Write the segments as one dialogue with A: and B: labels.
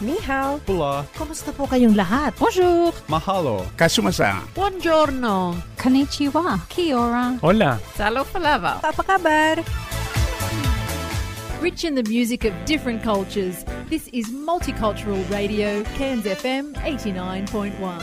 A: Ni hao.
B: Pula.
C: Kumusta po kayong lahat?
D: Bonjour.
B: Mahalo.
E: Kasumasa.
C: Buongiorno.
D: Konnichiwa. Kia ora.
F: Hola.
D: Salo palava.
A: Apa kabar?
C: Rich in the music of different cultures, this is Multicultural Radio, Cairns FM 89.1.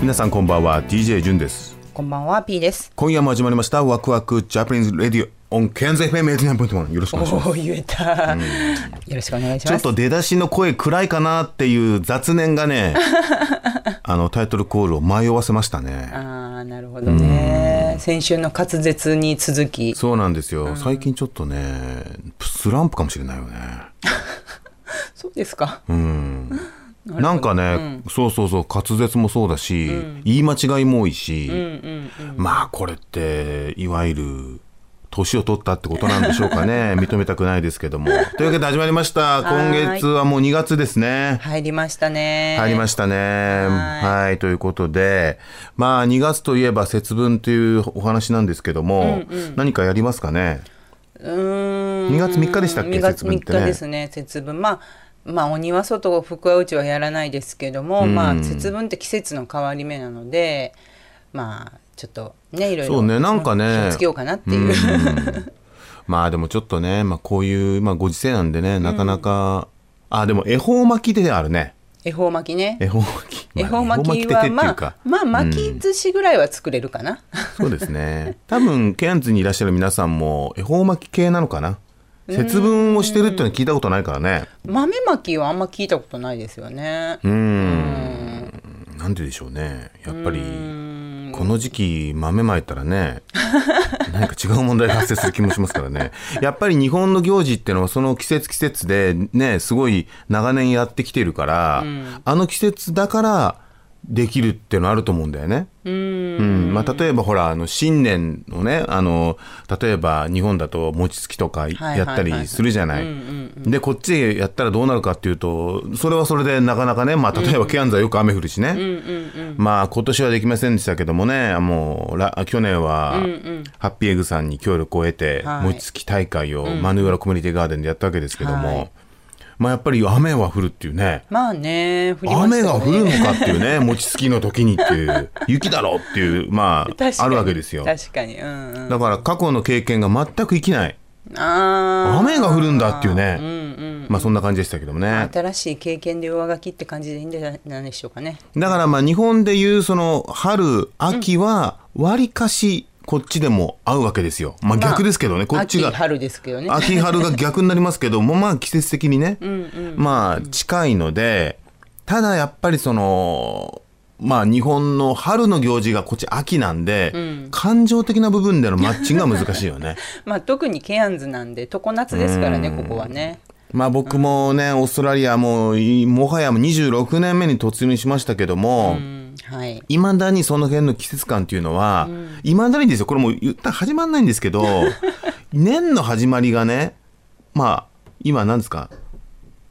G: 皆さんこんばんは DJ ジュンです
H: こんばんは、P です。
G: 今夜も始まりましたワクワクジャパニーズレディオオンケンズ FM89.1 よろしくお願いします
H: おお、言えた、よろしくお願いし
G: ちょ
H: ま
G: っ
H: す。
G: と出だしの声暗いかなっていう雑念が ねあのタイトルコールを迷わせましたね
H: ああ、なるほどね。先週の滑舌に続き、
G: そうなんですよ最近ちょっとねスランプかもしれないよね
H: そうですか。
G: なんかね、そうそうそう滑舌もそうだし、言い間違いも多いし、まあこれっていわゆる年を取ったってことなんでしょうか ね認めたくないですけどもというわけで始まりました今月はもう2月ですね
H: 入りましたね。
G: 入りま
H: し
G: したね。はいということで、まあ、2月といえば節分というお話なんですけども、何かやりますかね
H: た。うーん。
G: 2月3日でしたっけ
H: 2
G: 節
H: 月
G: 分
H: 3
G: ってね
H: 日ですね、節分。まあ、まあ、鬼は外、福は内はやらないですけども、まあ、節分って季節の変わり目なので、まあ、ちょっとね、いろいろ。
G: そうね、なんかね。
H: 気をつけようかなっていう。
G: うんまあでもちょっとね、まあこういう、まあご時世なんでね、なかなか、あ、でも恵方巻きであるね。
H: 恵方巻きね。
G: 恵方巻き。
H: 恵方巻き
G: まあ
H: は、
G: 恵方巻きって手ってい
H: ま
G: うか
H: あ、まあ、巻
G: う
H: き
G: ん
H: 寿司ぐらいは作れるかな。
G: そうですね。多分、ケアンズにいらっしゃる皆さんも、恵方巻き系なのかな。節分をしてるってのは聞いたことないからね。
H: 豆巻きはあんま聞いたことないですよね。
G: うーん。なんででしょうね。やっぱり、この時期豆まいたらね、 何か違う問題が発生する気もしますからね。やっぱり日本の行事ってのはその季節季節でね、すごい長年やってきてるから、あの季節だからできるってのあると思うんだよね。うんまあ、例えばほらあの新年のねあの例えば日本だと餅つきとか
H: はい
G: やったりするじゃない。でこっちでやったらどうなるかっていうとそれはそれでなかなかね、まあ、例えばケアンズはよく雨降るしね、まあ今年はできませんでしたけどもねもうら去年はハッピーエッグさんに協力を得て、
H: はい
G: 餅つき大会をマヌーラコミュニティガーデンでやったわけですけども、
H: はい
G: まあやっぱり雨は降るっていうね。
H: まあね、降りま
G: 雨
H: したよ
G: が
H: ね
G: 降るのかっていうね、餅つきの時にっていう、雪だろうっていう、ま
H: 確
G: あ、
H: かに
G: あるわけですよ。
H: 確かに。うんうん。
G: だから過去の経験が全く生きない。
H: あー
G: 雨が降るんだっていうね
H: うんうん。
G: まあそんな感じでしたけどもね。
H: 新しい経験で上書きって感じでいいんじゃないでしょうかね。
G: だからまあ日本でいうその春、秋は割かしこっちでも合うわけですよ。まあ
H: まあ
G: 逆ですけどね、こっちが
H: 秋。春ですけどね。
G: 秋春が逆になりますけども、まあ季節的にね、まあ近いので、ただやっぱりその、まあ日本の春の行事がこっち秋なんで、感情的な部分でのマッチングが難しいよね。
H: まあ特にケアンズなんで常夏ですからね、ここはね。
G: まあ僕もね、オーストラリアもい、もはやもう26年目に突入しましたけども、
H: うんはい。
G: いまだにその辺の季節感っていうのは、いまだにですよ、これもう言ったら始まんないんですけ ど、年の始まりがね、まあ、今なんですか、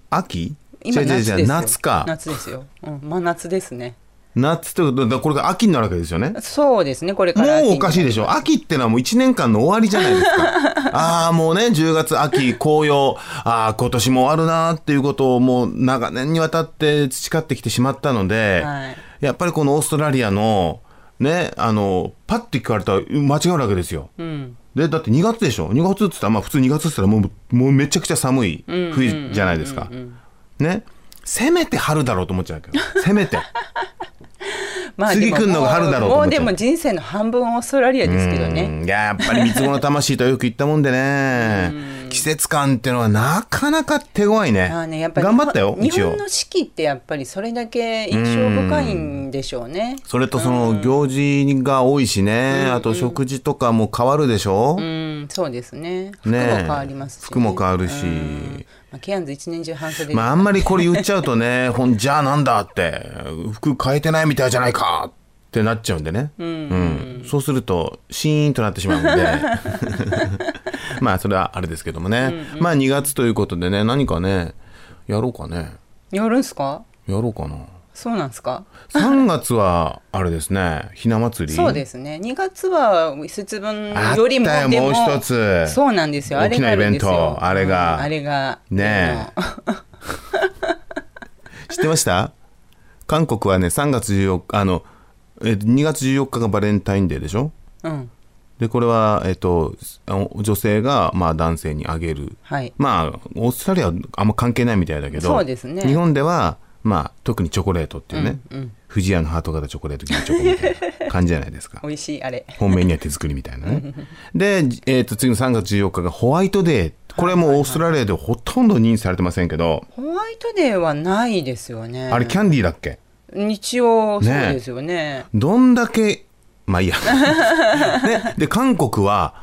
G: 秋
H: 今
G: 違う違う違う
H: 夏ですよ。
G: 夏か。
H: 夏ですよ。うん、真夏ですね。
G: 夏ってことだこれが秋になるわけですよね。
H: そうですね、これか
G: も
H: ら秋に。
G: うおかしいでしょ。秋ってのはもう1年間の終わりじゃないです か。ああ、もうね、10月、秋、紅葉、ああ、今年も終わるなーっていうことをもう長年にわたって培ってきてしまったので、
H: はい
G: やっぱりこのオーストラリアの、ね、あの、パッて聞かれたら間違うわけですよ。で、だって2月でしょ。2月って言ったら、まあ普通2月って言ったらもう、もうめちゃくちゃ寒い冬じゃないですか。ね。せめて春だろうと思っちゃうけど。せめて。
H: まあ
G: 次
H: でも
G: 来んのが春だろうと思
H: も
G: っち
H: う
G: ゃ
H: で
G: う
H: も人生の半分オーストラリアですけどね。
G: うんいややっぱり三つ子の魂とはよく言ったもんでね。季節感ってのはなかなか手強いね。
H: ああね、やっぱり
G: 頑張ったよ、
H: 日
G: 一
H: 本
G: 応
H: 日本。の四季ってやっぱりそれだけ印象深いんでしょうね。
G: それとその行事が多いしね、あと食事とかも変わるでしょ、
H: うん、そうですね服も
G: ねえ
H: 変わりますし、ね、
G: 服も変わるし
H: うんまあ、ケアンズ一年中半袖
G: まああんまりこれ言っちゃうとね、 ほんじゃあなんだって、服変えてないみたいじゃないかってなっちゃうんでね。うんそうすると、シーンとなってしまうんで。 まあそれはあれですけどもね。まあ2月ということでね、何かね、やろうかね。
H: やるんすか
G: やろうかな。
H: そうなんすか
G: 3月はあれですね、ひな祭り。
H: そうですね2月は節分よりも
G: あったよ
H: でも
G: もう一つ
H: そうなんですよあれがあるんです
G: 大き
H: よ
G: なイベントあれが
H: うんあれが
G: ねえ
H: でも
G: 知ってました韓国はね、3月14日、あの、え2月14日がバレンタインデーでしょ
H: うん
G: でこれは、えっと、あの女性が、まあ、男性にあげる、
H: はい
G: まあオーストラリアはあんま関係ないみたいだけど
H: そうですね
G: 日本では、まあ、特にチョコレートっていうね、不二家のハート型チョコレート銀チョコみたいな感じじゃない ですか
H: 美味しいあれ
G: 本命には手作りみたいなねで、えっと次の3月14日がホワイトデーこれもオーストラリアではほとんど認知されてませんけど、
H: ホワイトデーはないですよね
G: あれキャンディーだっけ
H: 日曜そう
G: ねえ
H: ですよね
G: どんだけまあいいや、ね、で韓国は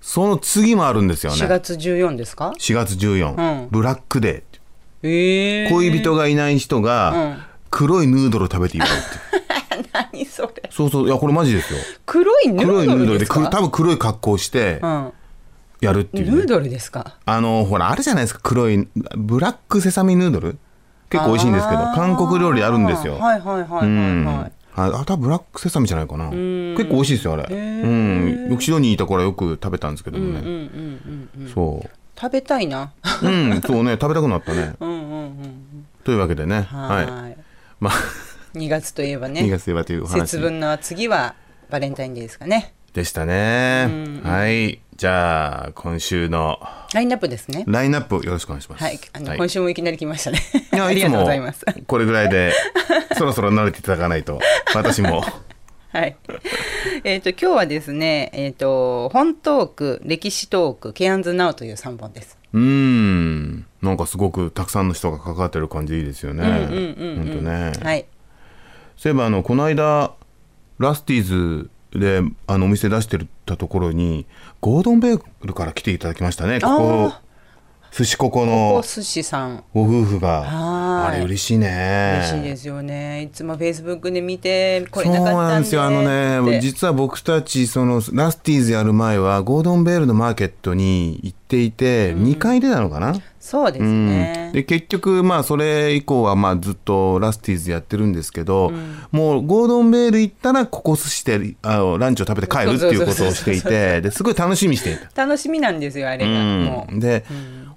G: その次もあるんですよね
H: 4月14ですか
G: 4月14、
H: うん
G: ブラックデーって
H: ええ
G: 恋人がいない人が黒いヌードルを食べているって、
H: 何それ
G: そうそういやこれマジです よ
H: 黒いヌー
G: 黒いヌ
H: ド
G: ードル
H: ルで
G: です
H: か
G: く多分黒い格好をしてやるってい
H: うん、ヌ
G: う、
H: ー
G: ね、
H: ドルですか
G: あのほらあれじゃないですか黒いブラックセサミヌードル結構美味しいんですけど韓国料理あるんですよ、
H: はいはいはいはい、は
G: う
H: い
G: んああ多分ブラックセサミじゃないかな結構美味しいですよあれうんよくシドニーにいた頃はよく食べたんですけどもね、
H: うんうんうんうん
G: そ
H: 食べたいな
G: ううんそうね食べたくなったね
H: うんうんうん
G: というわけでね
H: は
G: はい
H: い、
G: まあ
H: 2月といえばね
G: 2月はというお話
H: 節分の次はバレンタインデーですかね
G: でしたね。はい。じゃあ、今週の
H: ラインナップですね
G: ラインナップよろしくお願いします。
H: はいあの、
G: はい
H: 今週もいきなり来ましたね
G: いや
H: ありがとうございます
G: つもこれぐらい で、そろそろ慣れていただかないと、私も。
H: はい。 えっ、と今日はですね、えっ、と本トーク、歴史トーク、ケアンズナウという三本です。
G: うーん。なんかすごくたくさんの人が関わってる感じいいですよね。本当ね。
H: はい。
G: そういえば、あの、この間、ラスティーズで、あの、お店出してたところに、ゴードンベールから来ていただきましたね。ここ、寿司ここ
H: お
G: の
H: 寿司さん。
G: ご夫婦が。
H: は
G: あ
H: ーい
G: れ嬉しいね。
H: 嬉しいですよね。いつもフェイスブックで見てこれ
G: そう
H: なかった
G: なん
H: ん
G: ですよあのね
H: 実
G: 実は僕たちそのラスティーズやる前はゴードン・ベールのマーケットに行っていて、2回でなのかな、
H: そうです
G: うん
H: ね。
G: で結局まあそれ以降はまあずっとラスティーズやってるんですけど、もうゴードン・ベール行ったらここ寿司であのランチを食べて帰るっていうことをしてい
H: そうそうそうそ
G: てですごい楽しみにしていた。
H: 楽しみなんですよあれ
G: う
H: が、も
G: ん、で、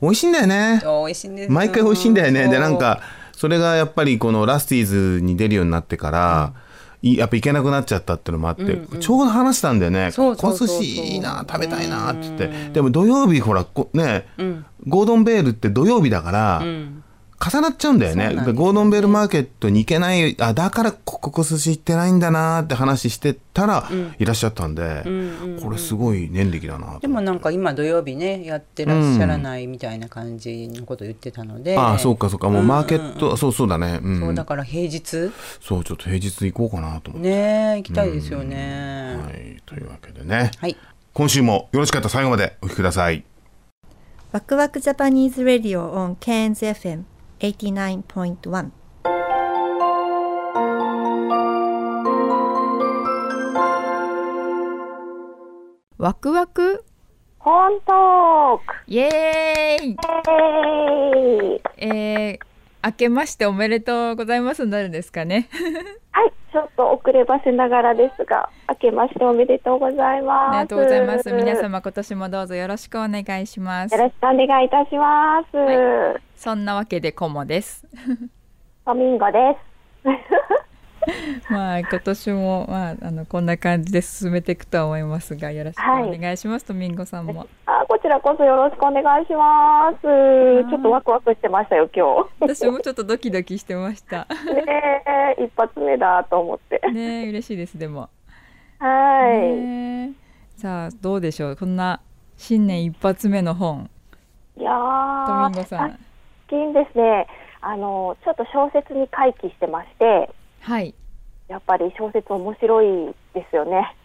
G: 美味しいんだよね。
H: う美味しいんですよ
G: 毎回美味しいんだよね
H: そう
G: でなんかそれがやっぱりこのラスティーズに出るようになってから、いやっぱ行けなくなっちゃったってのもあって、ちょうど話したんだよね「
H: そうそう
G: こ
H: そうそう
G: こ寿司いいな食べたいな」って言ってでも土曜日ほらこね、ゴードンベールって土曜日だから、重なっちゃうんだよね
H: そうなん
G: で
H: ですよね
G: ゴードンベールマーケットに行けないあだからこここ寿司行ってないんだなって話してたら、いらっしゃったんで、これすごい念力だなと
H: でもなんか今土曜日ねやってらっしゃらないみたいな感じのこと言ってたので、
G: ああそうかそうかもうマーケット、そうそうだね、うん、
H: そうだから平日
G: そうちょっと平日行こうかなと思って、
H: ね行きたいですよね、
G: はいというわけでね、
H: はい
G: 今週もよろしかったら最後までお聞きください
A: ワクワクジャパニーズ・ラディオ on Cairns FM 89.1
D: ワクワク
B: 本当
D: イエーイ
B: えー、
D: えー、明けましておめでとうございますになるんですか ね。
B: はい、ちょっと遅ればせながらですが、明けましておめでとうございます。
D: ありがとうございます。皆
B: よ
D: 様今年もどうぞよろしくお願いします。
B: ろしくお願いいたします。
D: はそんなわけでコモです。
B: ファミンゴです。
D: まあ今年もまああのこんな感じで進めていくとは思いますがよろしくお願いしますと、ミンゴさんも。
B: あ、こちらこそよろしくお願いします。ちょっとワクワクしてましたよ、今
D: 私もちょっとドキドキしてま した。
B: 日。ねえ、一発目だと思って。
D: ねえ嬉しいですでも。
B: は
D: ねえさあどうでしょうこんな新年一発目の本
B: い。いや
D: とミ
B: ー
D: ンゴさん。
B: 最近ですね、あの、ちょっと小説に回帰してまして、
D: はい。
B: やっぱり小説面白いですよね。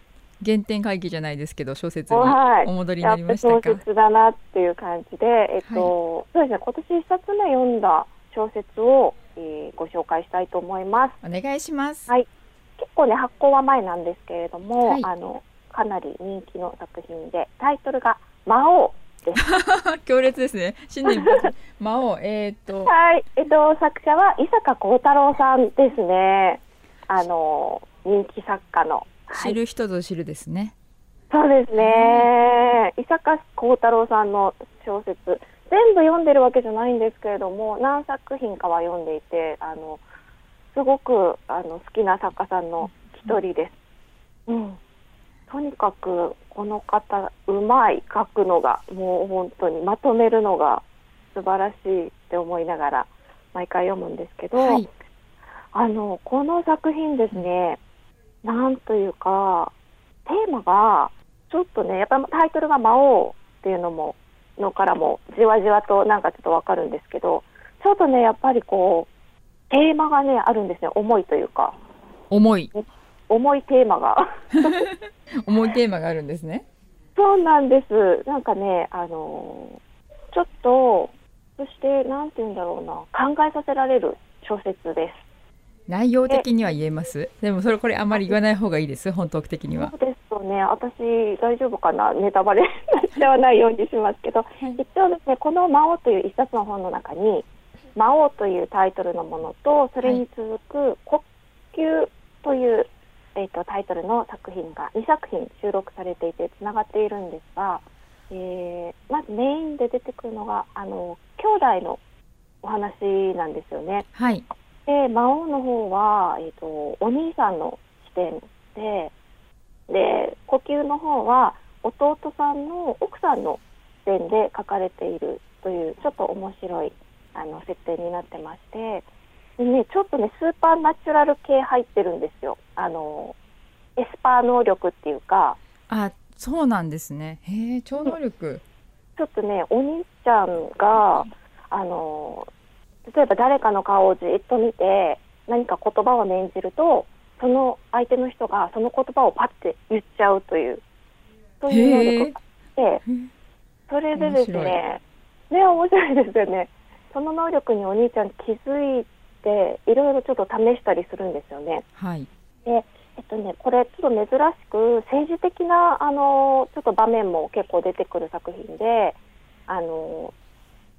D: 原点会議じゃないですけど小説に
B: はい
D: お戻りに
B: や
D: な
B: っ
D: り
B: と
D: ました
B: 小
D: か。
B: 説だなっていう感じで、えっと、そうですね、今年一冊目読んだ小説を、えーご紹介したいと思います。
D: お願いします。
B: はい結構ね、発行は前なんですけれども、
D: はい
B: あの、かなり人気の作品で、タイトルが魔王です。
D: 強烈ですね。新年一発魔 王えーっと
B: はい、えっと、作者は伊坂幸太郎さんですね。あの、人気作家の。は
D: 知
B: い、
D: る人ぞ知るですね。
B: そうですね。伊坂幸太郎さんの小説、全部読んでるわけじゃないんですけれども、何作品かは読んでいて、あの、すごく、あの、好きな作家さんの一人です。うん。とにかく、この方、うまい、書くのが、もう本当に、まとめるのが素晴らしいって思いながら、毎回読むんですけど、
D: はい。
B: あの、この作品ですね、なんというか、テーマが、ちょっとね、やっぱりタイトルが魔王っていうのも、のからも、じわじわとなんかちょっとわかるんですけど、ちょっとね、やっぱりこう、テーマがね、あるんですね。重いというか、
D: 重い
B: 重いテーマが。
D: 重いテーマがあるんですね。
B: そうなんです。なんかね、あのーちょっと、そして、なんて言うんだろうな、考えさせられる小説です。
D: 内容的には言えます。でもそれこれあまり言わない方がいいです。本当的には
B: そ。うですよね、私、大丈夫かな、ネタバレになっちゃわないようにしますけど、一応ですね、この「魔王」という一冊の本の中に、魔王というタイトルのものと、それに続く、呼吸という、えっとタイトルの作品が2作品収録されていて、つながっているんですが、えーまずメインで出てくるのが、あの兄弟のお話なんですよね。
D: はい。
B: で魔王の方は、えー、とお兄さんの視点でで呼吸の方は弟さんの奥さんの視点で書かれているというちょっと面白いあの設定になってましてで、ね、ちょっとねスーパーナチュラル系入ってるんですよあのエスパー能力っていうか
D: あそうなんですね。へえ超能力。
B: ちょっとねお兄ちゃんがあの例えば誰かの顔をじっと見て何か言葉を念じるとその相手の人がその言葉をパッて言っちゃうというそういう能力があってそれでですねね面白いですよねその能力にお兄ちゃん気づいていろいろちょっと試したりするんですよね。
D: はい。
B: で、えっとね、これちょっと珍しく政治的なあのちょっと場面も結構出てくる作品で、あの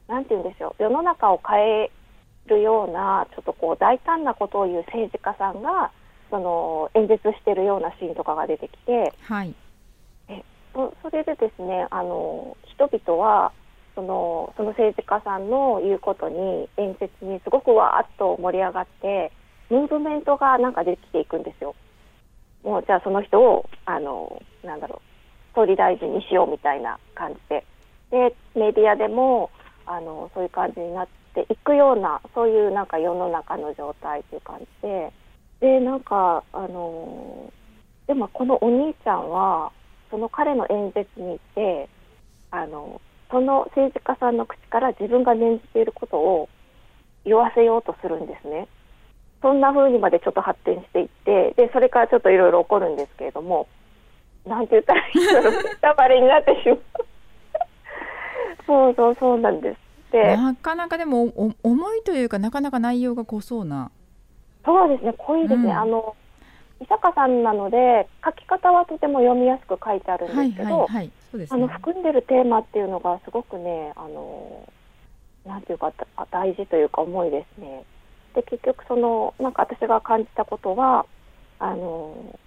B: なんて言うんでしょう、世の中を変えるようなちょっとこう大胆なことを言う政治家さんがその演説してるようなシーンとかが出てきて、
D: はい。
B: そそれでですねあの人々はそのその政治家さんの言うことに演説にすごくわーっと盛り上がってムーブメントがなんかできていくんですよ。もうじゃあその人をあのなんだろう総理大臣にしようみたいな感じででメディアでもあのそういう感じになっていくようなそういうなんか世の中の状態っていう感じででなんかあのでもこのお兄ちゃんはその彼の演説に行ってあのその政治家さんの口から自分が念じていることを言わせようとするんですね。そんな風にまでちょっと発展していってでそれからちょっといろいろ起こるんですけれどもなんて言ったらいいんだろうネタバレになってしまう。そうそうそうなんです。で
D: なかなかでもおお重いというかなかなか内容が濃そうな。
B: そうですね、濃いです
D: う
B: ね。
D: ん
B: あの伊坂さんなので書き方はとても読みやすく書いてあるん
D: は
B: で
D: い
B: すけど、
D: はいはい。そうです
B: あ
D: ね
B: の。含んでるテーマっていうのがすごくねあのなんていうかだ大事というか重いですね。で結局そのなんか私が感じたことはあの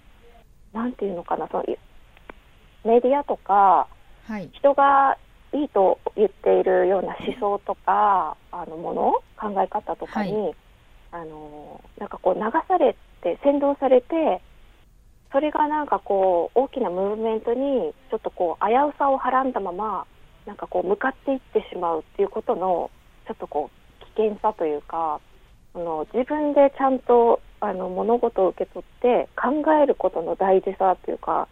B: なんていうのかなそのいメディアとか
D: はい。
B: 人がいいと言っているような思想とかあのもの考え方とかに、
D: は
B: あのなんかこう流されて扇動されてそれがなんかこう大きなムーブメントにちょっとこう危うさをはらんだままなんかこう向かっていってしまうっていうことのちょっとこう危険さというかその自分でちゃんとあの物事を受け取って考えることの大事さというか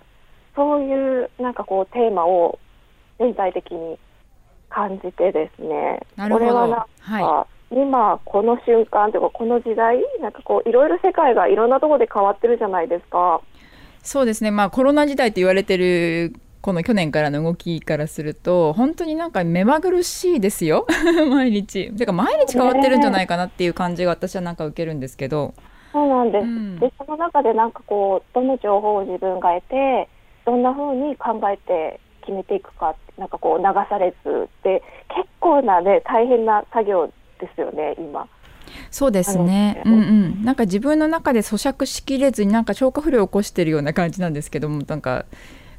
B: そういうなんかこうテーマを全体的に感じてですね。
D: なるほ
B: これは
D: ど
B: な。
D: はい。
B: 今この瞬間というかこの時代なんかこういろいろ世界がいろんなところで変わってるじゃないですか。
D: そうですね、まあ、コロナ時代と言われてるこの去年からの動きからすると本当になんか目まぐるしいですよ 毎日てか毎日変わってるんじゃないかなっていう感じが私はなんか受けるんですけど、
B: そうなんです、
D: うん
B: でその中でなんかこうどの情報を自分が得てどんな風に考えて決めていくかってなんかこう流されずで結構なね大変な作業ですよね今。
D: そうですね、う
B: うんん
D: うん、なんか自分の中で咀嚼しきれずになんか消化不良を起こしてるような感じなんですけどもなんか、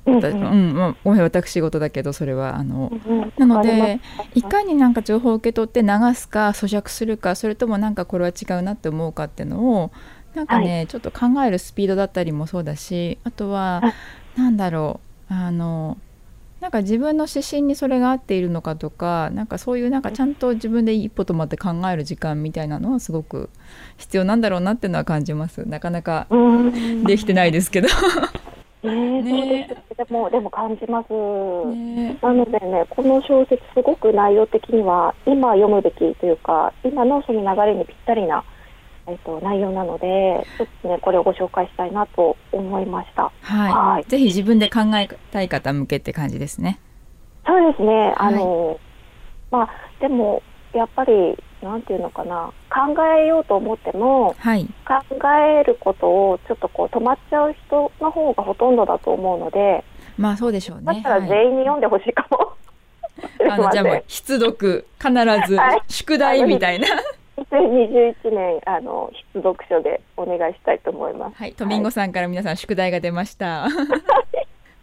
B: うん
D: 私うんまあ、ごめん私事だけどそれはあの
B: うん
D: なの
B: わかり
D: で
B: ます
D: いかになんか情報を受け取って流すか咀嚼するかそれともなんかこれは違うなって思うかっていうのをなんかね、ちょっと考えるスピードだったりもそうだしあとは
B: はい
D: なんだろうあのなんか自分の指針にそれが合っているのかとかなんかそういうなんかちゃんと自分で一歩止まって考える時間みたいなのはすごく必要なんだろうなっていうのは感じますなかなか
B: うん
D: できてないですけど。ね
B: ねえそうですでもでも感じま す、
D: ね
B: なのでねこの小説すごく内容的には今読むべきというか今のその流れにぴったりな、えっと内容なのでちょっとねこれをご紹介したいなと思いました
D: はい、
B: はい
D: ぜひ自分で考えたい方向けって感じですね。
B: そうですね
D: はい
B: あの、まあでもやっぱりなんていうのかな考えようと思っても
D: はい、
B: 考えることをちょっとこう止まっちゃう人の方がほとんどだと思うので
D: まあそうでしょう
B: だ
D: ね。
B: ったら
D: はい
B: 全員に読んでほしいかも、
D: あのじゃあもう必読必ず
B: はい
D: 宿題みたいな。
B: 2021年あの必読書でお願いしたいと思います。
D: はい、トミンゴさんから皆さん宿題が出ました。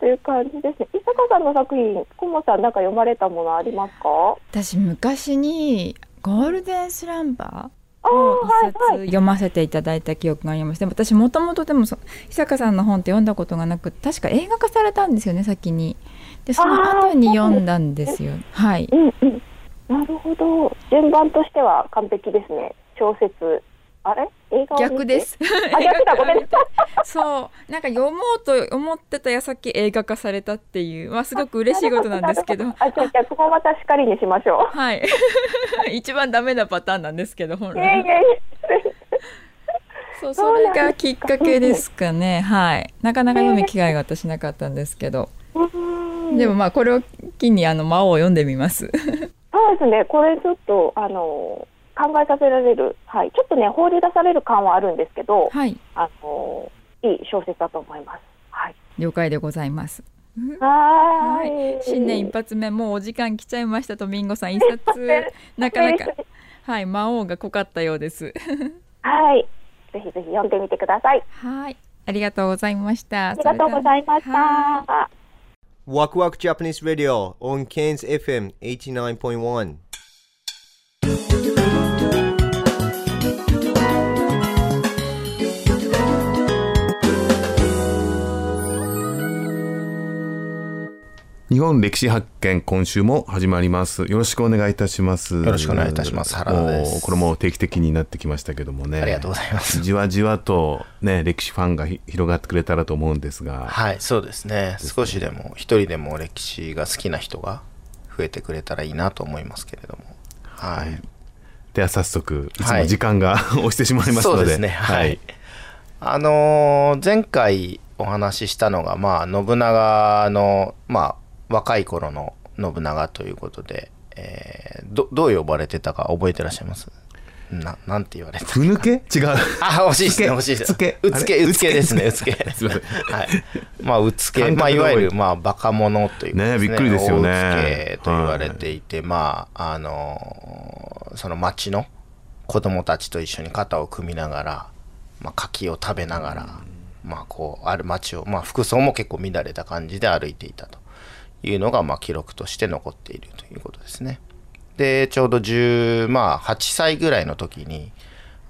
B: という感じですね。伊坂さんの作品、コモさんなんか読まれたものありますか？
D: 私昔にゴールデンスランバ
B: あ
D: ーを
B: あはい
D: 一冊
B: はい。
D: 読ませていただいた記憶があります。でも私もともとでもそ久坂さんの本って読んだことがなく、確か映画化されたんですよね先に。でその後に読んだんですよ。はい。
B: うんうん。なるほど。順番としては完璧ですね。小説、あれ？映画を見て
D: 逆で。す。
B: あ逆だごめんなさい。
D: そうなんか読もうと思ってた矢先映画化されたっていう、まあ、すごく嬉しいことなんですけど
B: あじゃあじゃあそこはまたしかりにしましょ
D: はい 一番ダメなパターンなんですけど本
B: う。いえいえ
D: 来
B: い
D: は
B: え。
D: そう
B: そ
D: そうれ
B: なんですか
D: がきっかけですかねはいなかなか読む機会が私なかったんですけど
B: うん
D: でもまあこれを機にあの魔王を読んでみます
B: そうですね。これちょっとあの考えさせられる。はい。ちょっとね放り出される感はあるんですけど。
D: はい
B: あのいい小説だと思います。はい。
D: 了解でございます
B: は
D: は
B: ーい
D: い新年一発目もうお時間来ちゃいましたとみんごさん一 冊なかなかはい魔王が濃かったようです
B: はい。ぜひぜひ読んでみてください。
D: はい、ありがとうございました。あ
B: ありがとうございまし
D: は
B: た。
E: ワクワクジャパニーズ Radio on Cairns FM 89.1
G: 日本歴史発見今週も始まりますよろしくお願いいたします
F: よろしくお願いいたします原田です
G: もうこれも定期的になってきましたけどもね
F: ありがとうございます
G: じわじわとね歴史ファンがひ広がってくれたらと思うんですが
F: はい、そうですね。少しでも、一人でも歴史が好きな人が増えてくれたらいいなと思いますけれども。はい。
G: では早速いつ
F: は
G: も
F: い
G: 時間が 押してしまいますので
F: そうですね。はい。あのー前回お話ししたのが、まあ、信長の、まあ、若い頃の信長ということで、えーど、どう呼ばれてたか覚えてらっしゃいますな、なんて言われてた
G: ふぬけ違う
F: あ、惜しいですね、惜しいです。
G: つけ
F: うつ
G: あ
F: け、
G: れ
F: うつけですね、うつけ。
G: すいません
F: はい。まあ、うつけ、
G: 感覚が多
F: まあ、
G: い
F: いわゆる、まあ、バカ者というか
G: ねびっくりですよね
F: 大うつけと言われていて、まあ、あのーその町の子供たちと一緒に肩を組みながら、まあ、柿を食べながら、まあ、こう、ある町を、まあ、服装も結構乱れた感じで歩いていたというのが、まあ、記録として残っているということですね。でちょうど10まあ8歳ぐらいの時に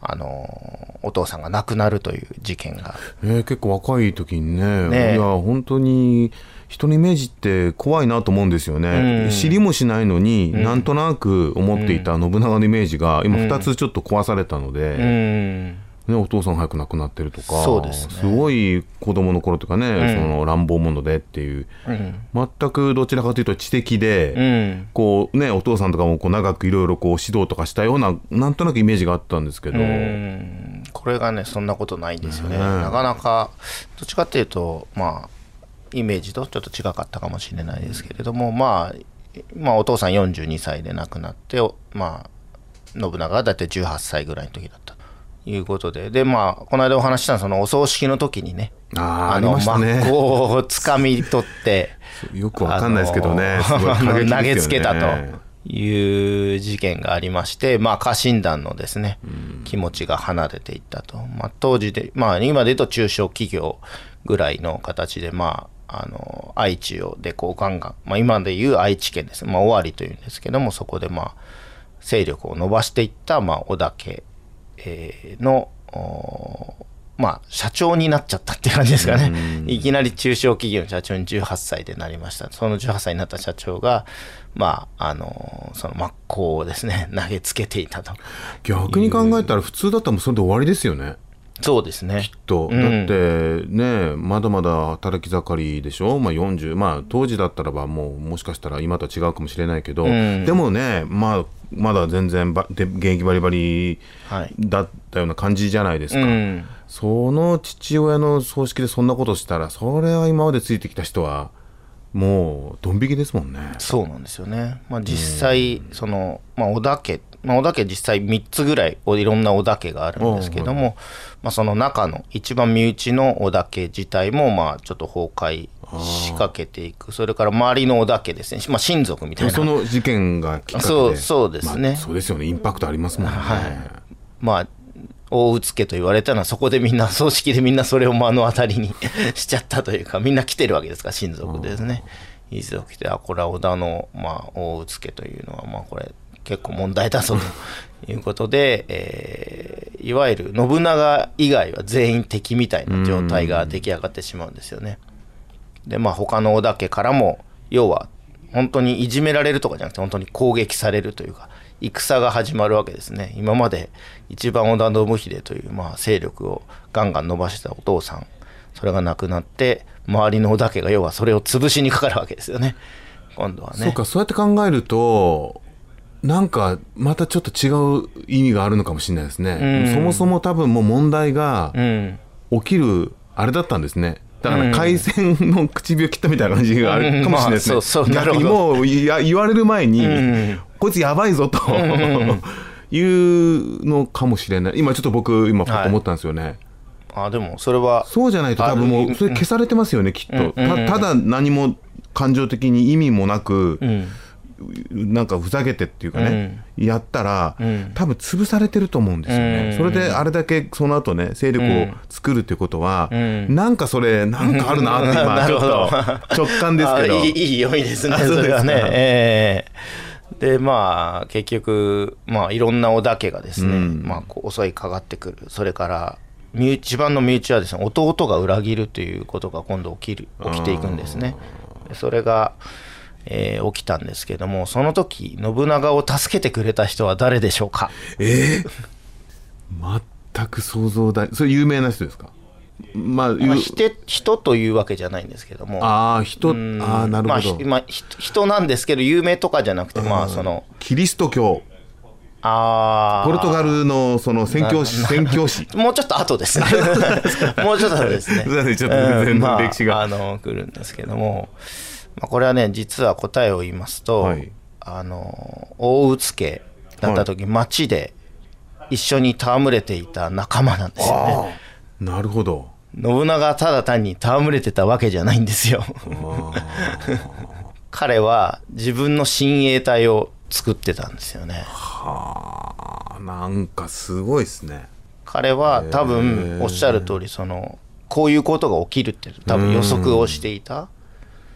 F: あのお父さんが亡くなるという事件が
G: えー結構若い時にね
F: ねえ
G: いや本当に人のイメージって怖いなと思うんですよね、
F: うん
G: 知りもしないのに、なんとなく思っていた信長のイメージが今2つちょっと壊されたの
F: う
G: で、
F: ん
G: ね、お父さん早く亡くなってるとか
F: そうですね
G: ごい子供の頃とかね、
F: うん
G: その乱暴者でっていう
F: うん
G: 全くどちらかというと知的で、
F: うん
G: こうね、お父さんとかもこう長くいろいろこう指導とかしたようななんとなくイメージがあったんですけど、
F: うんここれがねそんなことないんですよね、
G: うん
F: なかなかどっちかっていうとまあイメージとちょっと違かったかもしれないですけれども、まあ、まあお父さん42歳で亡くなっておまあ信長がだいたい18歳ぐらいの時だったということででまあこの間お話ししたそのお葬式の時にね
G: あー
F: の
G: ありましたね
F: 真っ向をつかみ取って
G: よくわかんないですけどね
F: あの
G: すごい過激ですよね
F: 投げつけたという事件がありまして、まあ、家臣団のですね、気持ちが離れていったと。まあ、当時で、まあ、今で言うと中小企業ぐらいの形で、まあ、あの、愛知を、で、こう、ガンガン、まあ、今で言う愛知県です。まあ、尾張というんですけども、そこで、まあ、勢力を伸ばしていった、まあ、小竹、えーの、おまあ、社長になっちゃったって感じですかね。いきなり中小企業の社長に18歳でなりました。その18歳になった社長が、まあ、あの、その真っ向をですね、投げつけていたと。
G: 逆に考えたら普通だったらもうそれで終わりですよね
F: そうですね。
G: と、
F: うん
G: だってねまだまだ働き盛りでしょ、まあ、40まあ当時だったらばもうもしかしたら今とは違うかもしれないけど、
F: うん
G: でもね、まあ、まだ全然ばで現役バリバリ
F: はい。
G: だったような感じじゃないですか、
F: うん。
G: その父親の葬式でそんなことしたらそれは今までついてきた人はもうドン引きですもんね。
F: そうなんですよね。まあ、実際、その、まあ、小田家、まあ、小田家実際3つぐらい、おいろんな小田家があるんですけども、まあ、その中の一番身内の小田家自体も、まあ、ちょっと崩壊しかけていく。それから周りの小田家ですね。まあ、親族みたいな。
G: その事件がきっかけで
F: そうそうですね
G: まあそうですよねインパクトありますもんね、
F: まあ大うつけと言われたのはそこでみんな葬式でみんなそれを目の当たりに しちゃったというかみんな来てるわけですから親族でですね一族来てあこれは織田の、まあ、大うつけというのはまあこれ結構問題だぞということで、 えーいわゆる信長以外は全員敵みたいな状態が出来上がってしまうんですよね。でまあ他の織田家からも要は本当にいじめられるとかじゃなくて本当に攻撃されるというか戦が始まるわけですね今まで一番織田信秀という、まあ、勢力をガンガン伸ばしてたお父さんそれが亡くなって周りの織田家が要はそれを潰しにかかるわけですよね今度はね
G: そうかそうやって考えるとなんかまたちょっと違う意味があるのかもしれないですね、
F: うん
G: そもそも多分もう問題が
F: うん
G: 起きるあれだったんですねだから海鮮の唇を切ったみたいな感じがあるかもしれないですね、
F: うんまあそうそうなる
G: 逆
F: ほど
G: にもういや言われる前に、
F: うん
G: こいつやばいぞと、 いうのかもしれない今ちょっと僕今パッと思ったんですよね、
F: あでもそれは
G: そうじゃないと多分もうそれ消されてますよねきっと、たただ何も感情的に意味もなく、
F: うん
G: なんかふざけてっていうかね、やったら、
F: ん
G: 多分潰されてると思うんですよね、
F: うん
G: それであれだけその後ね勢力を作るっていうことは、
F: ん
G: なんかそれなんかあるなって
F: うん
G: 今
F: な
G: ちょ
F: る
G: っ
F: ほど
G: と直感ですけど
F: あいいいい読みですね
G: あそう
F: そ
G: ですか
F: れはねええでまあ結局まあいろんな織田家がですね、
G: うん
F: まあこう襲いかかってくるそれから身内一番の身内はですね弟が裏切るということが今度起きる起きていくんですねでそれが、えー起きたんですけどもその時信長を助けてくれた人は誰でしょうか
G: えー全く想像だそれ有名な人ですかまあ、
F: まあ、
G: ゆ
F: して人というわけじゃないんですけども
G: ああ人あ
F: うん
G: あなるほ
F: まあ
G: ど、
F: ひまあひ人なんですけど有名とかじゃなくてまあその
G: キリスト教
F: ああ
G: ポルトガルのその宣教師宣教師
F: もうちょっと 後ですね。もうちょっと後ですね。
G: すいませんちょっと全然
F: うんまあ
G: 歴史が
F: あの、来るんですけども、まあ、これはね、実は答えを言いますと、
G: はい
F: あの、大うつけだった時、町で一緒に戯れていた仲間なんですよね。
G: なるほど
F: 信長はただ単に戯れてたわけじゃないんですよ。 彼は自分の親衛隊を作ってたんですよね。
G: はあなんかすごいですね
F: 彼は多分おっしゃる通りそのこういうことが起きるって多分予測をしていた、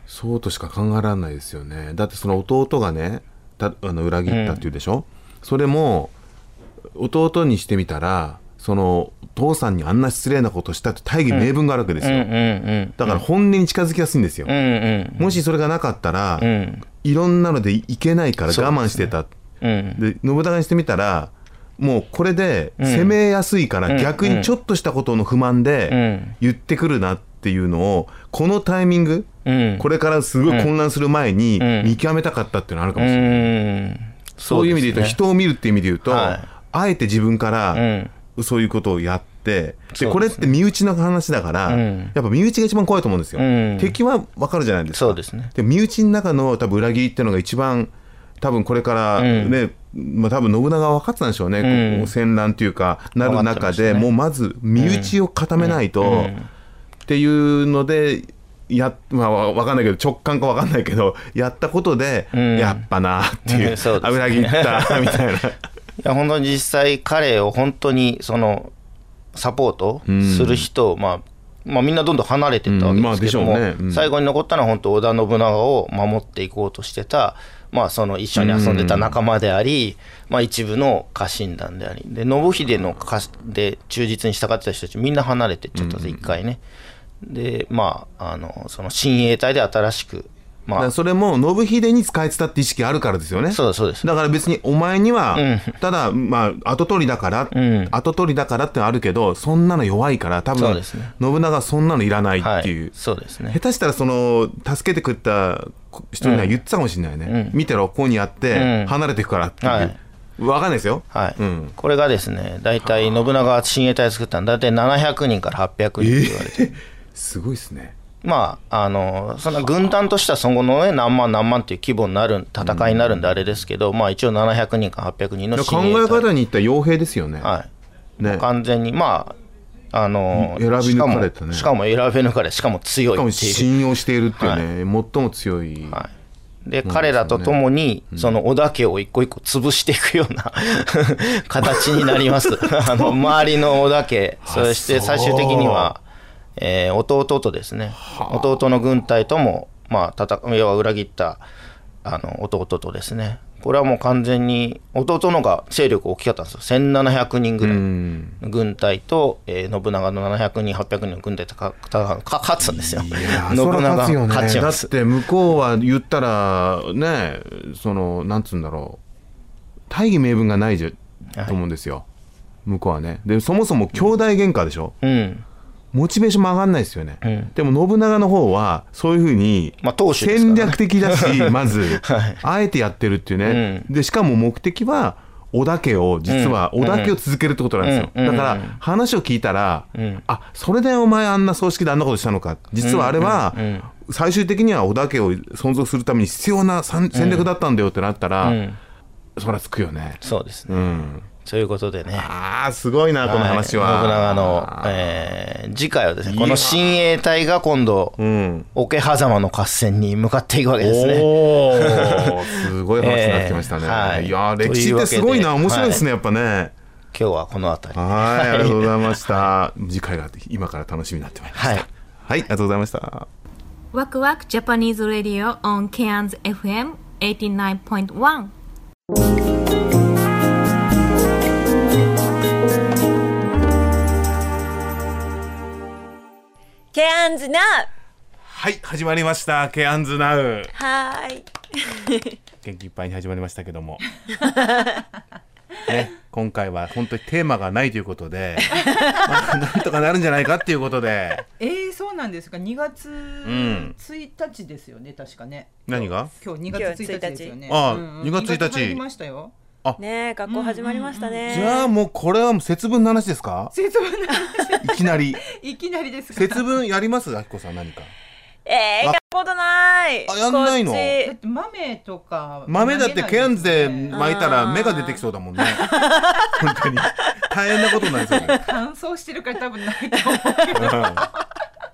G: そうとしか考えられないですよねだってその弟がねたあの裏切ったっていうでしょ、それも弟にしてみたらその父さんにあんな失礼なことしたって大義名分があるわけです
F: うん、
G: よ、
F: うんうん
G: だから本音に近づきやすいんですよ、
F: うんうん
G: もしそれがなかったら、
F: うん
G: いろんなのでいけないから我慢してた
F: うん
G: で信長にしてみたらもうこれで攻めやすいから、逆にちょっとしたことの不満で
F: ん
G: 言ってくるなっていうのをこのタイミング、
F: うん
G: これからすごい混乱する前に見極めたかったっていうのはあるかもしれない、
F: うん
G: そういう意味で言うと
F: ですね
G: 人を見るっていう意味で言うと、
F: はい
G: あえて自分から
F: ん
G: そういうことをやって。ってでこれって身内の話だから、やっぱ身内が一番怖いと思うんですよ、敵は分かるじゃないですか
F: そうですね
G: で身内の中の多分裏切りっていうのが一番多分これからね、まあ、多分信長は分かってたんでしょうね、
F: うん
G: こう戦乱というかなる
F: 分かって
G: 中
F: ました
G: で
F: ね
G: もうまず身内を固めないと、っていうのでや、まあ、わわかんないけど直感かわかんないけどやったことで、
F: ん
G: やっぱなっていう,、
F: うんそうですね
G: 裏切ったみたい な。
F: いや本当に実際彼を本当にそのサポートする人、まあまあ、みんなどんどん離れてったわけですけども、
G: うんまあでしょうねうん
F: 最後に残ったのは本当織田信長を守っていこうとしてた、まあ、その一緒に遊んでた仲間であり、まあ、一部の家臣団でありで信秀の家で忠実に従ってた人たちみんな離れてっちゃったんです一回ね。でまああのその親衛隊で新しく、
G: だ
F: ま
G: か
F: あ
G: ら、それも信秀に使えてたって意識あるからですよね。
F: そうそうです
G: だから別にお前には、
F: う
G: ただ、まあ、後取りだから、
F: ん
G: 後取りだからってのあるけど、そんなの弱いから、多
F: そう
G: 分、
F: ですね
G: 信長はそんなのいらない
F: は
G: っていう。
F: い、そうですね
G: 下手したらその助けてくれた人には言ってたかもしれないね、
F: うん
G: 見てろここにやって
F: うん
G: 離れてくからっていう、
F: はい
G: 分かんないですよ、
F: はい
G: うん
F: これがですね大体信長が親衛隊作ったの大体700人から800人って言われて、
G: すごいですね
F: まああのそんな軍団としてはその後のね何万何万っていう規模になる戦いになるんであれですけど、まあ一応700人から800人の
G: 考
F: 親
G: え
F: 衛隊
G: 方にいったら傭兵ですよね、
F: はい
G: ね
F: 完全にまああの
G: 選び抜かれたね
F: しかもしかも選び抜かれしかも強い
G: しかも
F: っていう
G: 信用しているっていうね、最も強い、
F: はい、で彼らとともに、その織田家を一個一個潰していくような 形にな りますあの周りの織田家そして最終的には、えー弟とですね弟の軍隊とも、まあ、戦いは裏切ったあの弟とですねこれはもう完全に弟の方が勢力大きかったんですよ1700人ぐらい、
G: うん
F: 軍隊と、えー信長の700人800人の軍隊とかかか勝つんですよ
G: いやー
F: 信
G: そら
F: 長
G: 勝つよね
F: 勝ち
G: だ
F: ま
G: っ
F: す
G: て向こうは言ったらねそのなんつうんだろう大義名分がないじゃと思うんですよ、向こうはねでそもそも兄弟喧嘩でしょ、
F: うん
G: モチベーションも上がんないですよね、
F: ん
G: でも信長の方はそういうふうに
F: まあ当主ですか
G: 戦
F: らね
G: 略的 だし、まず、
F: はい
G: あえてやってるっていうね、でしかも目的は織田家を実は
F: うん
G: 織田家を続けるってことなんですよ、
F: うん
G: だか
F: うん
G: ら話を聞いたら、
F: ん
G: あそれでお前あんな葬式であんなことしたのか実はあれは、
F: うんうん
G: 最終的には織田家を存続するために必要なさん戦略だったんだよってなったら、
F: うん
G: そりゃつくよね。
F: そうですね
G: うん、
F: ということでね、
G: ああすごいなこの話は。
F: い信長の、えー次回はです
G: い
F: ね、
G: や
F: この親衛隊が今度、
G: うん
F: 桶狭間の合戦に向かっていくわけですね。
G: おお、すごい話になってきましたね。、
F: えーはいい
G: やー、歴史ってすごいな、
F: というわけで
G: 面白いですね、やっぱね。
F: 今日はこの辺り。
G: はい、ありがとうございました。次回が今から楽しみになってまいりました。
F: はい
G: はい、ありがとうございました。
I: ワクワクジャパニーズラディオ on Cairns FM 89.1
J: ケアンズナウ
G: はい、始まりました。ケアンズナウ。
J: はーい
G: 元気いっぱいに始まりましたけども。ね、今回は本当にテーマがないということで、まあなんとかなるんじゃないかっていうことで。
K: えー、そうなんですか2月
G: ん
K: 1日ですよね、確かね
G: 何が
K: 今日2月1日ですよね
G: 今日1日ああ
K: うんうん
G: 2月1日
K: 入りましたよ
J: ねえ学校始まりましたね、
G: じゃあもうこれはもう節分の話で すか
K: 節分の
G: いきなり。
K: いきなりですか
G: 節分やりますあきこさん何か。
J: えー、
G: あ
J: 学校とない
G: あやんないの
J: こっ
K: だって豆とか
G: 豆だってケアンズで巻いたら
J: うん
G: 芽が出てきそうだもんね。本当に大変なことになりそうで。
K: 乾燥してるから多分ないと 思う
G: うん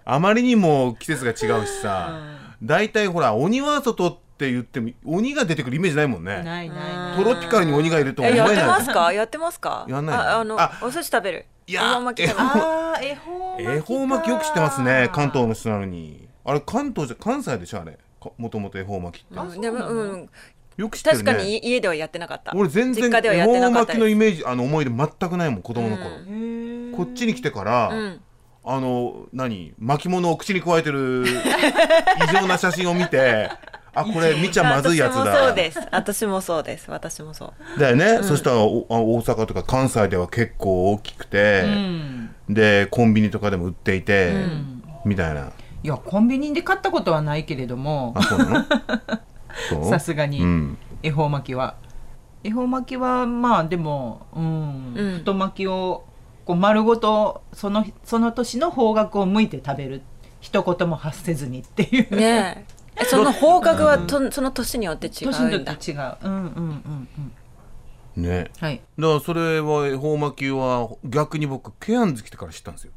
G: あまりにも季節が違うしさ、大体ほら鬼は外って言っても鬼が出てくるイメージないもんね。
K: ないないない
G: トロピカルに鬼がいるとは
J: え
G: 思え
J: やって
G: ない。
J: ますかやってますか
G: やんないの
J: ああの
G: あ
J: お寿司食べる
G: いや
J: おまんま来たの
K: あー恵方
G: 恵方巻きよく知ってますね関東の人なのに。あれ関東じゃ関西でしょあれ。かもともと恵方巻きって。
J: うんでもうん
G: よく知ってるね。
J: 確かに家ではやってなかった
G: 俺全然
J: 実家ではや
G: 恵
J: ってなか
G: 方
J: っ
G: 巻
J: た
G: きの
J: で
G: イ
J: す
G: メージあの思い出全くないもん子供の頃。こっちに来てから。
J: うん
G: あの何巻物を口に加えて る異常な写真を見てあ これ見ちゃまずいや
J: 私
G: つ
J: もそ
G: だ
J: うです私もそうです私もそう
G: だよね、そしたらおあ大阪とか関西では結構大きくて、でコンビニとかでも売っていて、みたいない
K: やコンビニで買ったことはないけれども
G: あそうな のそう
K: さすがに
G: うん
K: 恵方巻きは恵方巻きはまあでも、うん
J: うん
K: 太巻きをこう丸ごとそのその年の方角を向いて食べる一言も発せずにっていう
J: ねええその方角はと、その年によって 違
K: 年に
J: う
K: よ
J: んだ
K: って違ううんうんうんうん
G: ね
K: はい
G: だからそれは方巻きは逆に僕ケアンズ来てから知ったんですよ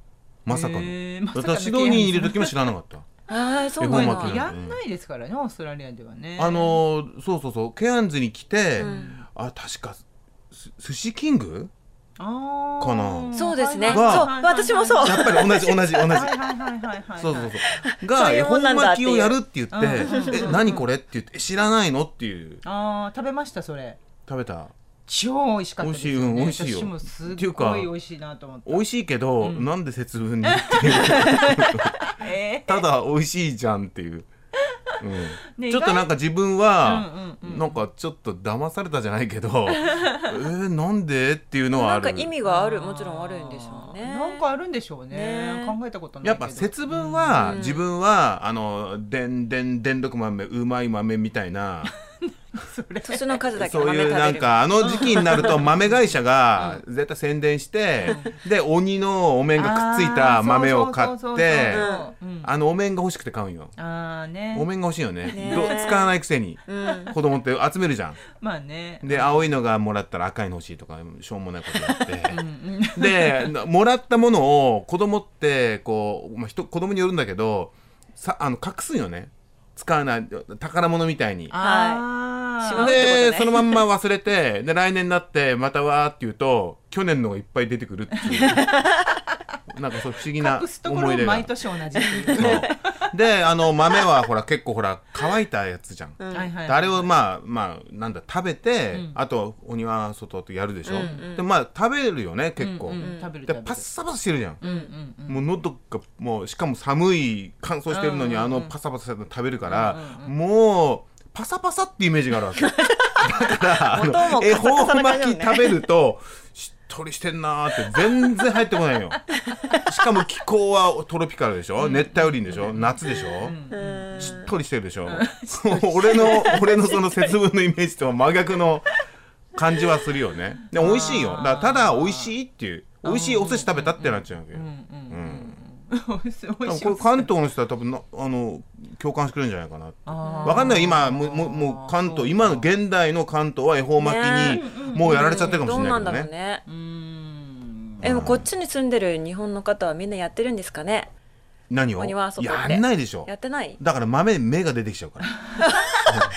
G: まさかの,、
K: へーまさかの
G: 私シドニーにいる時も知らなかった
J: ああ
G: そうなんだ恵方巻きな
K: や
G: んてね
K: んないですからねオーストラリアではね
G: あのーそうそうそうケアンズに来て、あ確かす寿司キング
K: あ
G: かな
J: そうですね
G: が
J: そう私もそう
G: やっぱり同じ同じ同じ
K: はいはいはいはいはい
G: そうそうそう
J: そ
G: が
J: うい
G: 恵
J: うも
G: 方
J: んなんだっ
G: 巻
J: てい
G: き
J: う
G: をやるって言って「
K: うん
G: え何これ?」って言ってえ「知らないの?」っていう
K: あー食べましたそれ
G: 食べた
K: 超美味しかったですよね
G: 美味しいうん美味しいよ
K: 私もすっ
G: っていう
K: ご
G: か
K: い美味しいなと思って
G: 美味しいけど、なんで節分に っていうただ美味しいじゃんっていう、うん
K: ね
G: ちょっとなんか自分は、
K: うん
G: なんかちょっと騙されたじゃない けどえー、なんでっていうのは
J: な
G: あ
J: んか
G: る
J: 意味があるもちろんあるんでしょうね
K: なんかあるんでしょうね考えたことない
G: やっぱ節分は、自分はあのでんでんでんどく豆うまい豆みたいな
J: 年の数だけ
G: そう
J: 豆食べ
G: いう
J: る
G: なんかあの時期になると豆会社が絶対宣伝して、で鬼のお面がくっついた豆を買
K: あーそうそうそうそうそ
G: っ
K: う
G: て
K: うんうん
G: あのお面が欲しくて買うんよ。
K: ああね
G: お面が欲しいよね
K: ね
G: どう使わないくせに、
K: うん
G: 子供って集めるじゃん
K: まあね
G: で青いのがもらったら赤いの欲しいとかしょうもないことや
K: う
G: っ
K: んうん
G: てでもらったものを子供ってこう、まあ、人子供によるんだけどさあの隠すんよね使わない宝物みたいに。
K: あー
J: しまうってこと
G: で、
J: ね
G: そのまんま忘れてで来年になってまたわーって言うと去年のがいっぱい出てくるって いうなんかそう不思議な
K: 隠すとこ
G: 思い
K: ろ
G: 出が
K: 毎年同じっていう
G: であの豆はほら結構ほら乾いたやつじゃん、
K: うんはいはいはい
G: であれをまあまあなんだ食べて、
K: うん
G: あとお庭外とやるでし
K: う
G: ょ、
K: んうん
G: でまあ食べるよね結構、
K: うんうん食べる食べ
G: で
K: る
G: パッサパサしてるじゃん、
K: うんうんうん
G: もう喉がもうしかも寒い乾燥してるのに、
K: うんうんうん
G: あのパサパサしたの食べるから、もうパサパサってイメージがあるわけ だからあ
J: 音も
G: の
J: カサ
G: 恵
J: カサな感
G: 方
J: じだもんね
G: 巻き食べるとしっとりしてんなーって全然入ってこないよしかも気候はトロピカルでしょ、熱帯雨林でしょ夏でしょ、しっとりしてるでしょ、 俺 の俺のその節分のイメージとは真逆の感じはするよねで美味しいよだからただ美味しいっていう美味しいお寿司食べたってなっちゃうわけよ、うん
K: 美味しい
G: これ関東の人は多分なあの共感してくれるんじゃないかなって
K: あー
G: わかんない今もうもうもう関東今の現代の関東は恵方巻きにもうやられちゃってるかもしれないけ
J: どうなんだ
G: どね
J: ろうねえでもこっちに住んでる日本の方はみんなやってるんですかね
G: 何を
J: お庭遊びって
G: やんないでしょ
J: やってない
G: だから豆芽が出てきちゃうか らうん本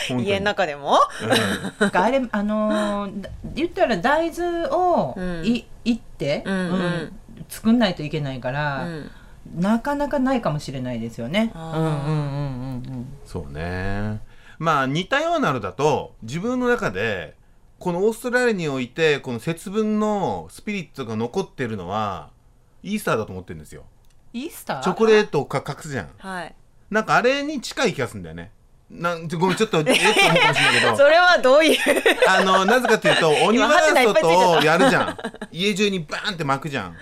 G: 当に
J: 家の中でも
K: なんかあれあのーだ言ったら大豆をい、いって、
J: うんうん
K: 作んないといけないから、なかなかないかもしれないですよね。うんうんうんうんうん。
G: そうねまあ似たようなのだと自分の中でこのオーストラリアにおいてこの節分のスピリットが残ってるのはイースターだと思ってるんですよ
K: イースター。
G: チョコレートをか隠すじゃん
J: はい
G: なんかあれに近い気がするんだよねなんごめんちょっとえっと思うかもしれないけ ど
J: それはどういう
G: あのなぜかというと鬼
J: 今
G: は
J: ハテナいっぱいついて
G: 外を
J: た
G: やるじゃん家中にバーンって巻くじゃん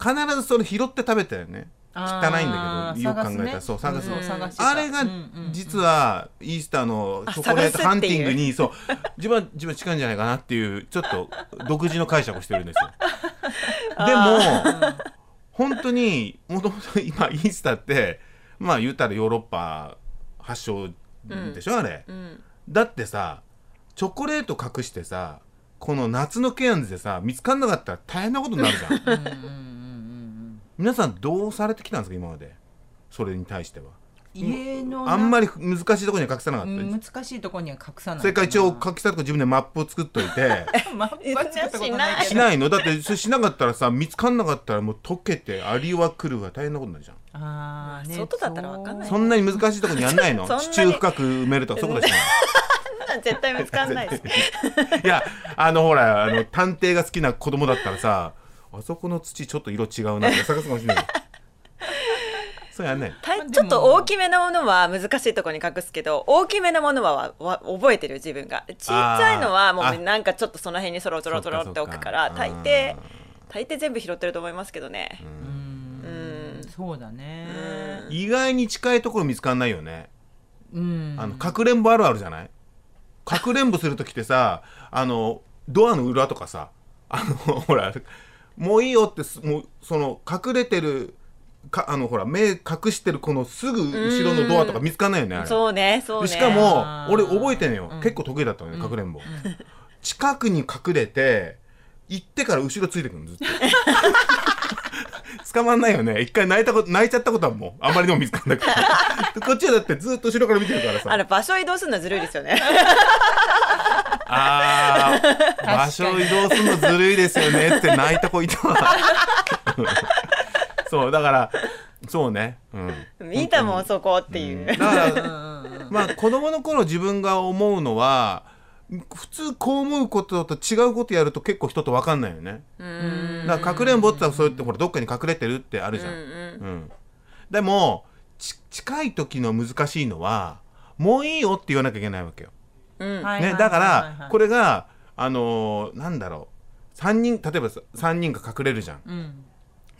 G: 必ずそれ拾って食べたよね汚
K: あ
G: い
K: ー
G: んだけどよく考えた
K: 探すね
G: ら、そう探すの、
K: うん探してた
G: あれが実はイースターのチョコレート
J: あ探
G: ハ
J: す
G: ン
J: って
G: テ
J: いう
G: ィングにそう自分は自分は近いんじゃないかなっていうちょっと独自の解釈をしてる んですよでも本当にもともと今イースターってまあ言ったらヨーロッパ発祥でしょ、あれ、だってさチョコレート隠してさこの夏のケアンズでさ見つかんなかったら大変なことになるじゃん皆さんどうされてきたんですか今までそれに対しては
K: 家の
G: あんまり難しいところには隠さなか
K: う
G: った、
K: ん難しいところには隠さない。
G: それから一応隠したとこ自分でマップを作っとい て
K: まあ、まあ作ったことないけど。
G: しないのだってそれしなかったらさ見つかんなかったらもう溶けてアリは来るが大変なことになるじゃん
K: あーね
J: 外だったらわかんない
G: そんなに難しいところにやんないの
J: そんなに
G: 地中深く埋めるとかそういうことしない
J: 絶対見つかんないです
G: いやあのほらあの探偵が好きな子供だったらさあそこの土ちょっと色違うなって探すかもしれないそうやんない
J: たいちょっと大きめなものは難しいところに隠すけど大きめなものはわわ覚えてる自分がちっちゃいのはも
G: あー
J: うなんかちょっとその辺にそろそろそろって置くから大抵大抵全部拾ってると思いますけどね
K: そうだね。
G: 意外に近いところ見つかんないよね
K: うん。
G: あのかくれんぼあるあるじゃないか くれんぼする時ってさあのドアの裏とかさあのほらもういいよってすもうその隠れてるかあのほら目隠してるこのすぐ後ろのドアとか見つかんないよねあれ
J: そうねそうね
G: でしかも俺覚えてんのよ、結構得意だったのねかくれんぼ、近くに隠れて行ってから後ろついてくるのずっと捕まんないよね一回泣いたこと泣いちゃったことはもうあまりにも見つかんなくて でこっちはだってずっと後ろから見てるからさ
J: あれ場所移動するのずるいですよね
G: あー場所移動するのずるいですよねって泣いた子 いたわそうだからそうね、うん、
J: 見たもんそこっていう、
G: まあ子供の頃自分が思うのは普通こう思うことと違うことやると結構人と分かんないよねだからかくれんぼってのはそうやってほらどっかに隠れてるってあるじゃん、うんでもち近い時の難しいのはもういいよって言わなきゃいけないわけよ、ね、だからこれがあのーなんだろう3人例えば3人が隠れるじゃん、
K: うん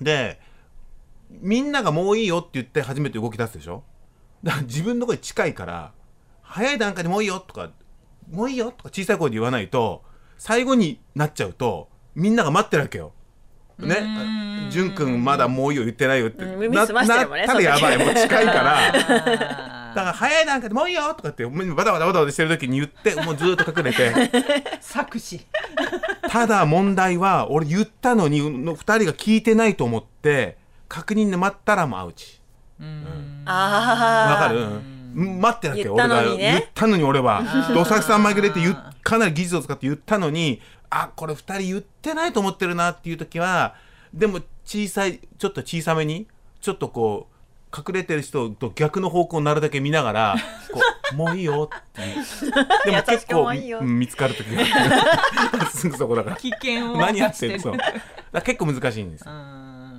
G: でみんながもういいよって言って初めて動き出すでしょだから自分の声近いから早い段階でもういいよとかもういいよとか小さい声で言わないと最後になっちゃうとみんなが待ってるわけよ。ね、あじゅんくんまだもういいよ言ってないよって、
J: うん耳澄ましてるもんね
G: ななったらやばい
J: その時
G: もう近いからだから早い段階でもういいよとかってもうバタバタバタバタしてる時に言ってもうずーっと隠れて
K: 作詞
G: ただ問題は俺言ったのにの2人が聞いてないと思って確認で待ったらもうアウチわ
J: あ
G: かる、うん待ってなきゃ
J: 言ったのにね
G: 俺が言ったのに俺は
J: あー
G: どさきさん紛れて言っかなり技術を使って言ったのにあこれ2人言ってないと思ってるなっていう時はでも小さいちょっと小さめにちょっとこう隠れてる人と逆の方向をなるだけ見な がらこうもういいよっていうでも
J: 優し
G: 結
J: くも
G: 構
J: ういいよ
G: うん見つかる時がある すぐそこだから
K: 危険を
G: 何やってる
K: 冒して
G: そう
K: る
G: だから結構難しいんですよ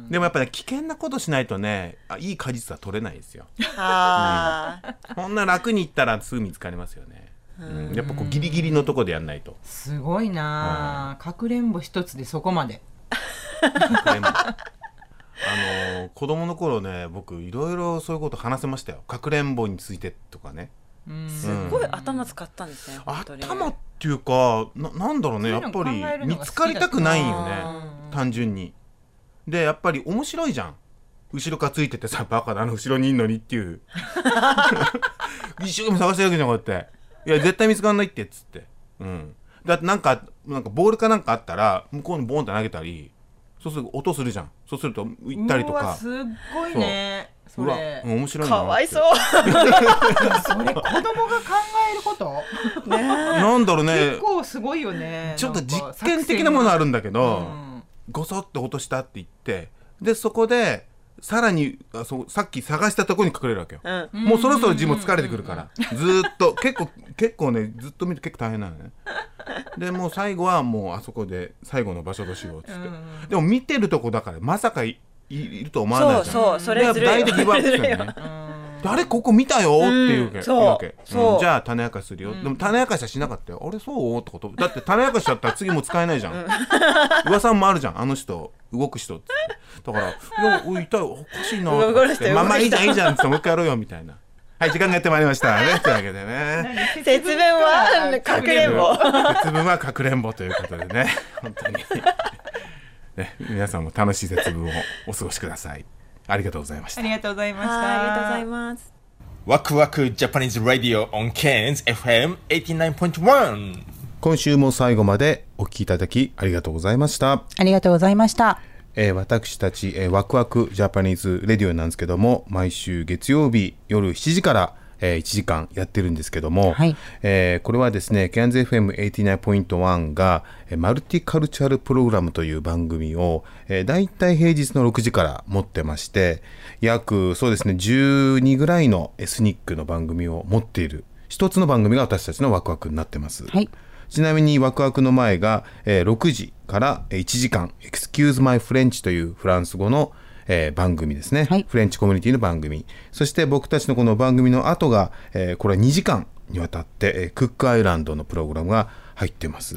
G: でもやっぱね危険なことしないとねあいい果実は取れないですよ
J: あー
G: こんな楽にいったらすぐ見つかりますよね。うん、やっぱこうギリギリのとこでやんないと。
K: すごいなあかくれんぼ一つでそこまで
G: これもあのー子供の頃ね僕いろいろそういうこと話せましたよ。かくれんぼについてとかね。
J: すっごい頭使ったんですね本当に
G: 頭っていうかななんだろうねやっぱ
J: そういうの考える
G: り
J: の
G: 見
J: が
G: つかりたくないよね
J: 好
G: 単純に。でやっぱり面白いじゃん。後ろからついててさバカだな後ろにいんのにっていう。 一生懸命探してるわけじゃんこうやって。いや絶対見つかんないってっつって。うん。だってなんかなんかボールかなんかあったら向こうにボンって投げたりそうすると音するじゃんそうすると行ったりと
K: うわ
G: か
K: すっごいね
G: そ
K: そうれ
G: うわうん面白いな
J: か わいそう
K: それ子供が考えることね
G: なんだろうね
K: 結構すごいよね
G: ちょっと実
K: 作戦
G: 験的なものあるんだけど、ごそっと落としたって言ってでそこでさらにあそうさっき探したところに隠れるわけよ、
J: うん
G: もうそろそろ字も疲れてくるから、ずーっと結構結構ねずっと見て結構大変なのねでもう最後はもうあそこで最後の場所としようっつって、でも見てるとこだからまさかいいいると思わないじゃん
J: そうそうそれ
G: で
J: ずるいよ
G: 大体ギブアップする よ
J: それ
G: ねあれここ見たよっていうわけ,、
J: うんそう
G: いうわけ
J: そう
G: じゃあ種明かしするよ、でも種明かしはしなかったよあれそうってことだって種明かしだったら次も使えないじゃん、噂もあるじゃんあの人動く人っつってだから「いや痛いよおかしいな」
J: 動
G: と
J: か
G: か
J: れ
G: 言
J: て
G: っ
J: 動かれ
G: て「
J: て
G: まあまあいいじゃんいいじゃん」っつってもう一回やろうよみたいなはい時間がやってまいりましたねというわけでね
J: 節分はかくれんぼ
G: 節分はかくれんぼということでね本当にね皆さんも楽しい節分をお過ごしくださいありがとうございました
K: ありがとうございました
J: ありがとうございます
L: ワクワクジャパニーズ・ラディオ on Cairns FM89.1
G: 今週も最後までお聞きいただきありがとうございました、
K: ありがとうございました
G: えー私たち、えーワクワクジャパニーズレディオなんですけども毎週月曜日夜7時から、え1時間やってるんですけども、えーこれはですね CANZFM89.1 が、えーマルティカルチャルプログラムという番組を、えー、大体平日の6時から持ってまして約そうですね12ぐらいのエスニックの番組を持っている一つの番組が私たちのワクワクになってます。ちなみにワクワクの前が、えー6時からえー1時間「Excuse My French」というフランス語の、えー番組ですね、フレンチコミュニティの番組そして僕たちのこの番組の後が、えーこれは2時間にわたって、えークックアイランドのプログラムが入ってます、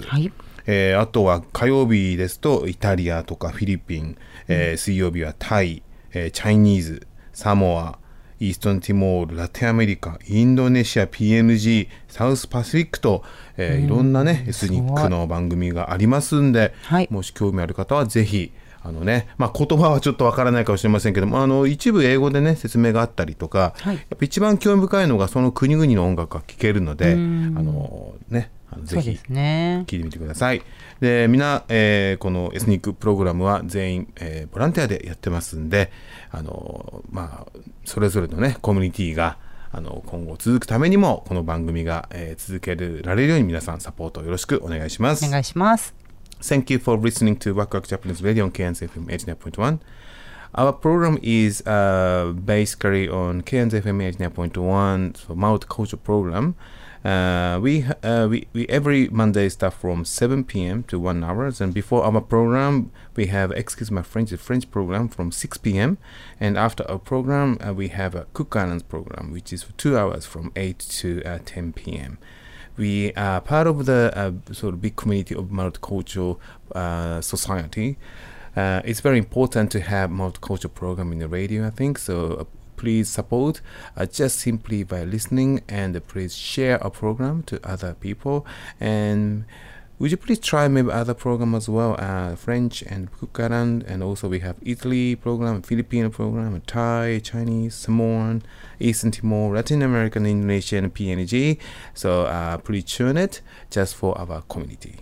G: えーあとは火曜日ですとイタリアとかフィリピン、えー水曜日はタイ、えーチャイニーズサモアイーストンティモール、ラテンアメリカ、インドネシア、PNG、サウスパシフィックと、えーいろんなね、エスニックの番組がありますんで、もし興味ある方はぜひ、あのね、まあ、言葉はちょっとわからないかもしれませんけどもあの一部英語でね説明があったりとか、やっぱ一番興味深いのがその国々の音楽が聴けるのであ
H: うん
G: のねあのぜ
H: そう
G: ひ
H: ですね
G: 聞いてみてください。で、みんな、えーこのエスニックプログラムは全員、えーボランティアでやってますんで、あのーまあ、それぞれのね、コミュニティが、あの、今後続くためにも、この番組が、えー続けられるように皆さんサポートをよろしくお願いします。お願
H: いします。
G: Thank you for listening to Waku Waku Japanese Radio on KNZFM 89.1. Our program is uh, basically on KNZFM 89.1 so Mouth Culture Program. Uh, we, uh, we we every Monday start from 7 p.m. to 1 hours, and before our program we have Excuse My French, the French program from 6 p.m. and after our program uh, we have a Cook Islands program, which is for two hours from 8 to uh, 10 p.m we are part of the uh, sort of big community of multicultural uh, society. Uh, it's very important to have multicultural program in the radio, I think. So uh, please support uh, just simply by listening and please share our program to other people. And would you please try maybe other program as well, uh, French and Kukaran, and also we have Italy program, Filipino program, Thai, Chinese, Samoan, Eastern Timor, Latin American, Indonesian, PNG. So uh, please tune it just for our community.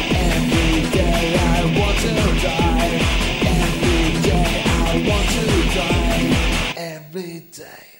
F: ビーチ